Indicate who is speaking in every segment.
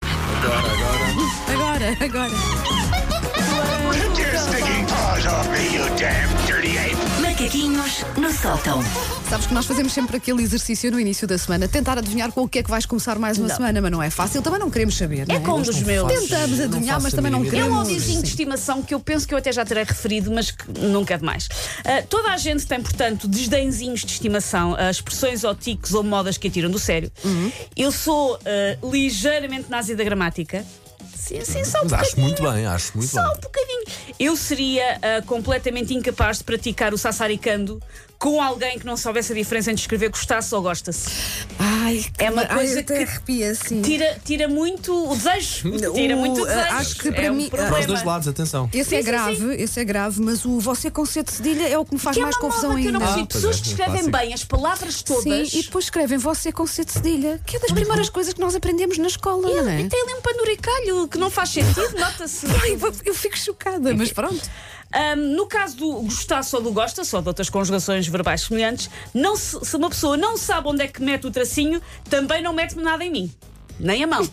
Speaker 1: agora.
Speaker 2: Take your stinking paws off me, you damn dirty ape!
Speaker 3: Macaquinhos no sótão.
Speaker 1: Sabes que nós fazemos sempre aquele exercício no início da semana, tentar adivinhar com o que é que vais começar mais uma semana, mas não é fácil, também não queremos saber. não É
Speaker 4: com um dos meus.
Speaker 1: Tentamos adivinhar, mas também não
Speaker 4: É um
Speaker 1: queremos.
Speaker 4: audiozinho de estimação que eu penso que eu até já terei referido, mas que nunca é demais. Ah, toda a gente tem, portanto, desdenzinhos de estimação, ah, expressões ou tiques ou modas que atiram do sério. Eu sou ah, ligeiramente nazi da gramática. Sim, sim, só um
Speaker 5: Mas acho
Speaker 4: bocadinho.
Speaker 5: muito bem, acho muito
Speaker 4: Só um
Speaker 5: bem.
Speaker 4: bocadinho. Eu seria ah, completamente incapaz de praticar o sassaricando com alguém que não soubesse a diferença entre escrever gostasse ou gosta-se.
Speaker 1: Ai, que-
Speaker 4: É uma
Speaker 1: ai,
Speaker 4: coisa
Speaker 1: até
Speaker 4: que
Speaker 1: arrepia assim.
Speaker 4: Tira, tira muito o desejo. Tira
Speaker 1: O-
Speaker 4: muito o desejo.
Speaker 1: acho que para
Speaker 4: é
Speaker 1: mim- Para os
Speaker 4: Um problema.
Speaker 5: Para os dois lados, atenção.
Speaker 1: Esse é grave, esse é grave, mas o você com C de cedilha é o que me faz
Speaker 4: Que é
Speaker 1: mais
Speaker 4: uma
Speaker 1: confusão
Speaker 4: moda que eu
Speaker 1: ainda.
Speaker 4: não percebo.
Speaker 5: Ah, pois
Speaker 4: Pessoas
Speaker 5: é,
Speaker 4: que
Speaker 5: um
Speaker 4: escrevem
Speaker 5: clássico.
Speaker 4: bem as palavras todas. Uhum.
Speaker 1: Sim, e depois escrevem você com C de cedilha, que é das primeiras coisas que nós aprendemos na escola,
Speaker 4: E-
Speaker 1: não é?
Speaker 4: e tem ali um panuricalho que não faz sentido, nota-se.
Speaker 1: Ai, eu fico chocada,
Speaker 4: É.
Speaker 1: mas pronto.
Speaker 4: Ahm, no caso do gostar só do gosta, só de outras conjugações verbais semelhantes, não se, se uma pessoa não sabe onde é que mete o tracinho, também não mete nada em mim. Nem a mão.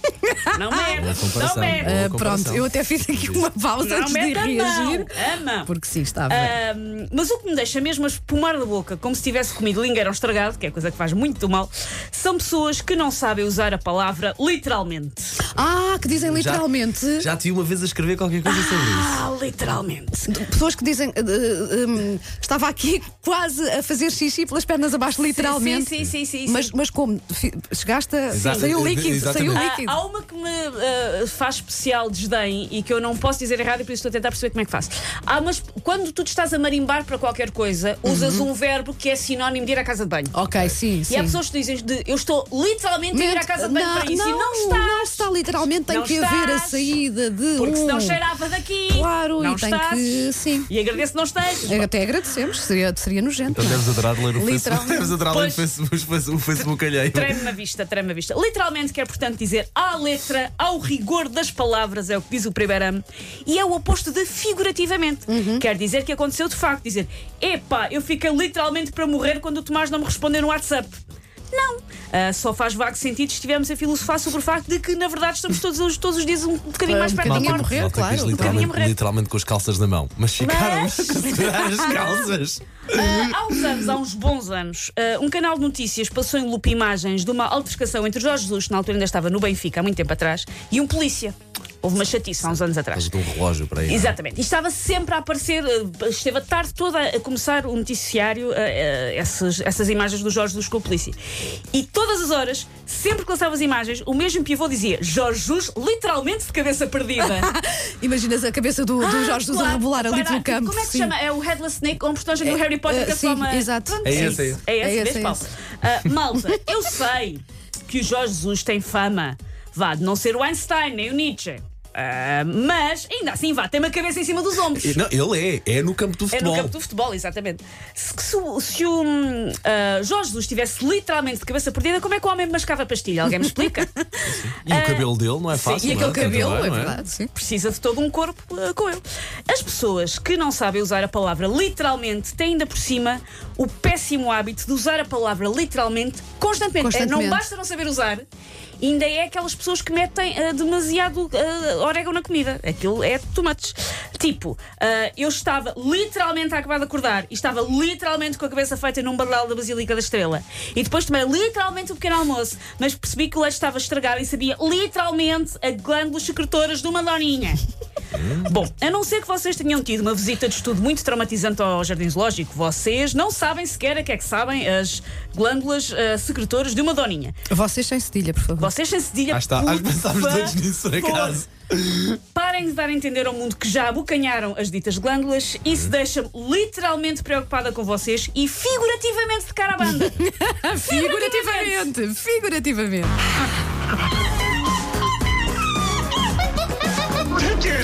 Speaker 4: Não
Speaker 5: Boa
Speaker 4: mete. Não
Speaker 5: comparação.
Speaker 4: mete.
Speaker 5: Boa
Speaker 1: Ah, pronto,
Speaker 5: comparação.
Speaker 1: eu até fiz aqui uma pausa
Speaker 4: Não
Speaker 1: antes de
Speaker 4: mete a
Speaker 1: reagir.
Speaker 4: mão. Ah, A mão.
Speaker 1: Porque sim, estava.
Speaker 4: Ahm, mas o que me deixa mesmo a espumar da boca, como se tivesse comido lingueirão estragado, que é coisa que faz muito mal, são pessoas que não sabem usar a palavra literalmente.
Speaker 1: Ah, que dizem literalmente.
Speaker 5: Já te vi uma vez a escrever qualquer coisa sobre isso.
Speaker 4: Ah, literalmente.
Speaker 1: Pessoas que dizem. ah, ah, hum, estava aqui quase a fazer xixi pelas pernas abaixo, literalmente.
Speaker 4: Sim, sim, sim, sim, sim.
Speaker 1: Mas, mas como? Fi- Chegaste a.
Speaker 5: Exato,
Speaker 1: Saiu
Speaker 5: eh,
Speaker 1: líquido,
Speaker 5: exatamente.
Speaker 1: saiu
Speaker 4: Ah,
Speaker 1: líquido.
Speaker 4: há uma que me ah, faz especial desdém e que eu não posso dizer errado e por isso estou a tentar perceber como é que faço. Há umas, quando tu te estás a marimbar para qualquer coisa, usas um verbo que é sinónimo de ir à casa de banho.
Speaker 1: ok, sim, Uhum. Oh, sim.
Speaker 4: ah, E há pessoas que dizem de, eu estou literalmente a ir à casa de banho
Speaker 1: não,
Speaker 4: para isso
Speaker 1: não,
Speaker 4: e não estás.
Speaker 1: não está, literalmente tem
Speaker 4: Não
Speaker 1: que haver a
Speaker 4: estás.
Speaker 1: saída de.
Speaker 4: Porque
Speaker 1: um-
Speaker 4: senão cheirava daqui.
Speaker 1: Claro,
Speaker 4: não
Speaker 1: e tem
Speaker 4: estás.
Speaker 1: que- sim.
Speaker 4: E agradeço que não estejas.
Speaker 1: Até agradecemos, seria, seria nojento.
Speaker 5: Então
Speaker 1: não é?
Speaker 5: deves adorar ler o Facebook.
Speaker 1: Literalmente.
Speaker 5: Deves adorar ler o
Speaker 4: Pois.
Speaker 5: Facebook, o Facebook, o Facebook alheio.
Speaker 4: Treme-me a vista, treme-me a vista. Literalmente quer, portanto, dizer à letra, ao rigor das palavras, é o que diz o primeiro ano, e é o oposto de figurativamente.
Speaker 1: Uhum.
Speaker 4: Quer dizer que aconteceu de facto, dizer epá, eu fiquei literalmente para morrer quando o Tomás não me respondeu no WhatsApp. Não! Ah, só faz vago sentido se estivermos a filosofar sobre o facto de que, na verdade, estamos todos, os- todos os dias um bocadinho
Speaker 1: Ah,
Speaker 4: mais
Speaker 1: um
Speaker 4: perto
Speaker 1: bocadinho
Speaker 4: da
Speaker 1: a
Speaker 4: morte.
Speaker 1: morrer,
Speaker 5: malta que
Speaker 1: claro,
Speaker 5: diz
Speaker 1: um
Speaker 4: bocadinho a
Speaker 5: Literalmente,
Speaker 4: morrer.
Speaker 5: literalmente com as calças na mão. Mas ficaram
Speaker 4: Mas-
Speaker 5: a segurar as calças.
Speaker 4: Ah, há uns anos, há uns bons anos, ah, um canal de notícias passou em lupa imagens de uma altercação entre Jorge Jesus, que na altura ainda estava no Benfica, há muito tempo atrás, e um polícia. Houve uma chatice há uns anos atrás.
Speaker 5: Mas de um relógio para aí. não é?
Speaker 4: Exatamente. E estava sempre a aparecer, eh, esteve a tarde toda a começar o noticiário, eh, eh, essas, essas imagens do Jorge dos com o polícia. E todas as horas, sempre que lançava as imagens, o mesmo pivô dizia Jorge Jesus, literalmente de cabeça perdida.
Speaker 1: Imaginas a cabeça do, do Jorge Jesus a
Speaker 4: Ah, Claro,
Speaker 1: rebolar ali
Speaker 4: para-
Speaker 1: pelo campo.
Speaker 4: Como é que se
Speaker 1: sim.
Speaker 4: chama? É o Headless Snake, ou um personagem do Harry Potter
Speaker 1: eh,
Speaker 4: que é
Speaker 1: sim,
Speaker 4: só uma.
Speaker 1: exato.
Speaker 4: Pronto,
Speaker 5: É
Speaker 4: isso.
Speaker 5: esse, é esse.
Speaker 4: É esse,
Speaker 1: É esse,
Speaker 4: vês,
Speaker 1: é
Speaker 4: Paulo?
Speaker 1: esse.
Speaker 4: Ah, malta, eu sei que o Jorge Jesus tem fama, vá, de não ser o Einstein nem o Nietzsche. Ah, mas ainda assim, vá, tem uma cabeça em cima dos ombros.
Speaker 5: E- Não, ele é. É no campo do
Speaker 4: É no
Speaker 5: futebol.
Speaker 4: campo do futebol, exatamente. Se, se o- se o hum, ah, Jorge Jesus estivesse literalmente de cabeça perdida, como é que o homem mascava a pastilha? Alguém me explica?
Speaker 5: E o cabelo dele não é fácil.
Speaker 4: e
Speaker 5: não é?
Speaker 4: aquele cabelo,
Speaker 5: Também,
Speaker 1: É
Speaker 5: não
Speaker 1: verdade, sim.
Speaker 4: precisa de todo um corpo ah, com ele. As pessoas que não sabem usar a palavra literalmente têm ainda por cima o péssimo hábito de usar a palavra literalmente constantemente.
Speaker 1: Constantemente.
Speaker 4: É, não basta não saber usar, ainda é aquelas pessoas que metem ah, demasiado ah, orégano na comida. Aquilo é tomates. Tipo, ah, eu estava literalmente a acabar de acordar e estava literalmente com a cabeça feita num barral da Basílica da Estrela. E depois tomei literalmente o pequeno almoço, mas percebi que o leite estava estragado e sabia literalmente a glândulas secretoras de uma doninha. Bom, a não ser que vocês tenham tido uma visita de estudo muito traumatizante ao Jardim Zoológico, vocês não sabem sequer a que é que sabem as glândulas ah, secretoras de uma doninha.
Speaker 1: Vocês sem cedilha, por favor.
Speaker 4: Vocês sem cedilha.
Speaker 5: Ah, está. Acho que
Speaker 4: por
Speaker 5: pensámos todos
Speaker 4: favor,
Speaker 5: nisso, por acaso.
Speaker 4: Parem de dar a entender ao mundo que já abocanharam as ditas glândulas.
Speaker 5: Uhum.
Speaker 4: Isso deixa-me literalmente preocupada com vocês e figurativamente de cara à banda.
Speaker 1: Figurativamente, figurativamente.
Speaker 2: Take your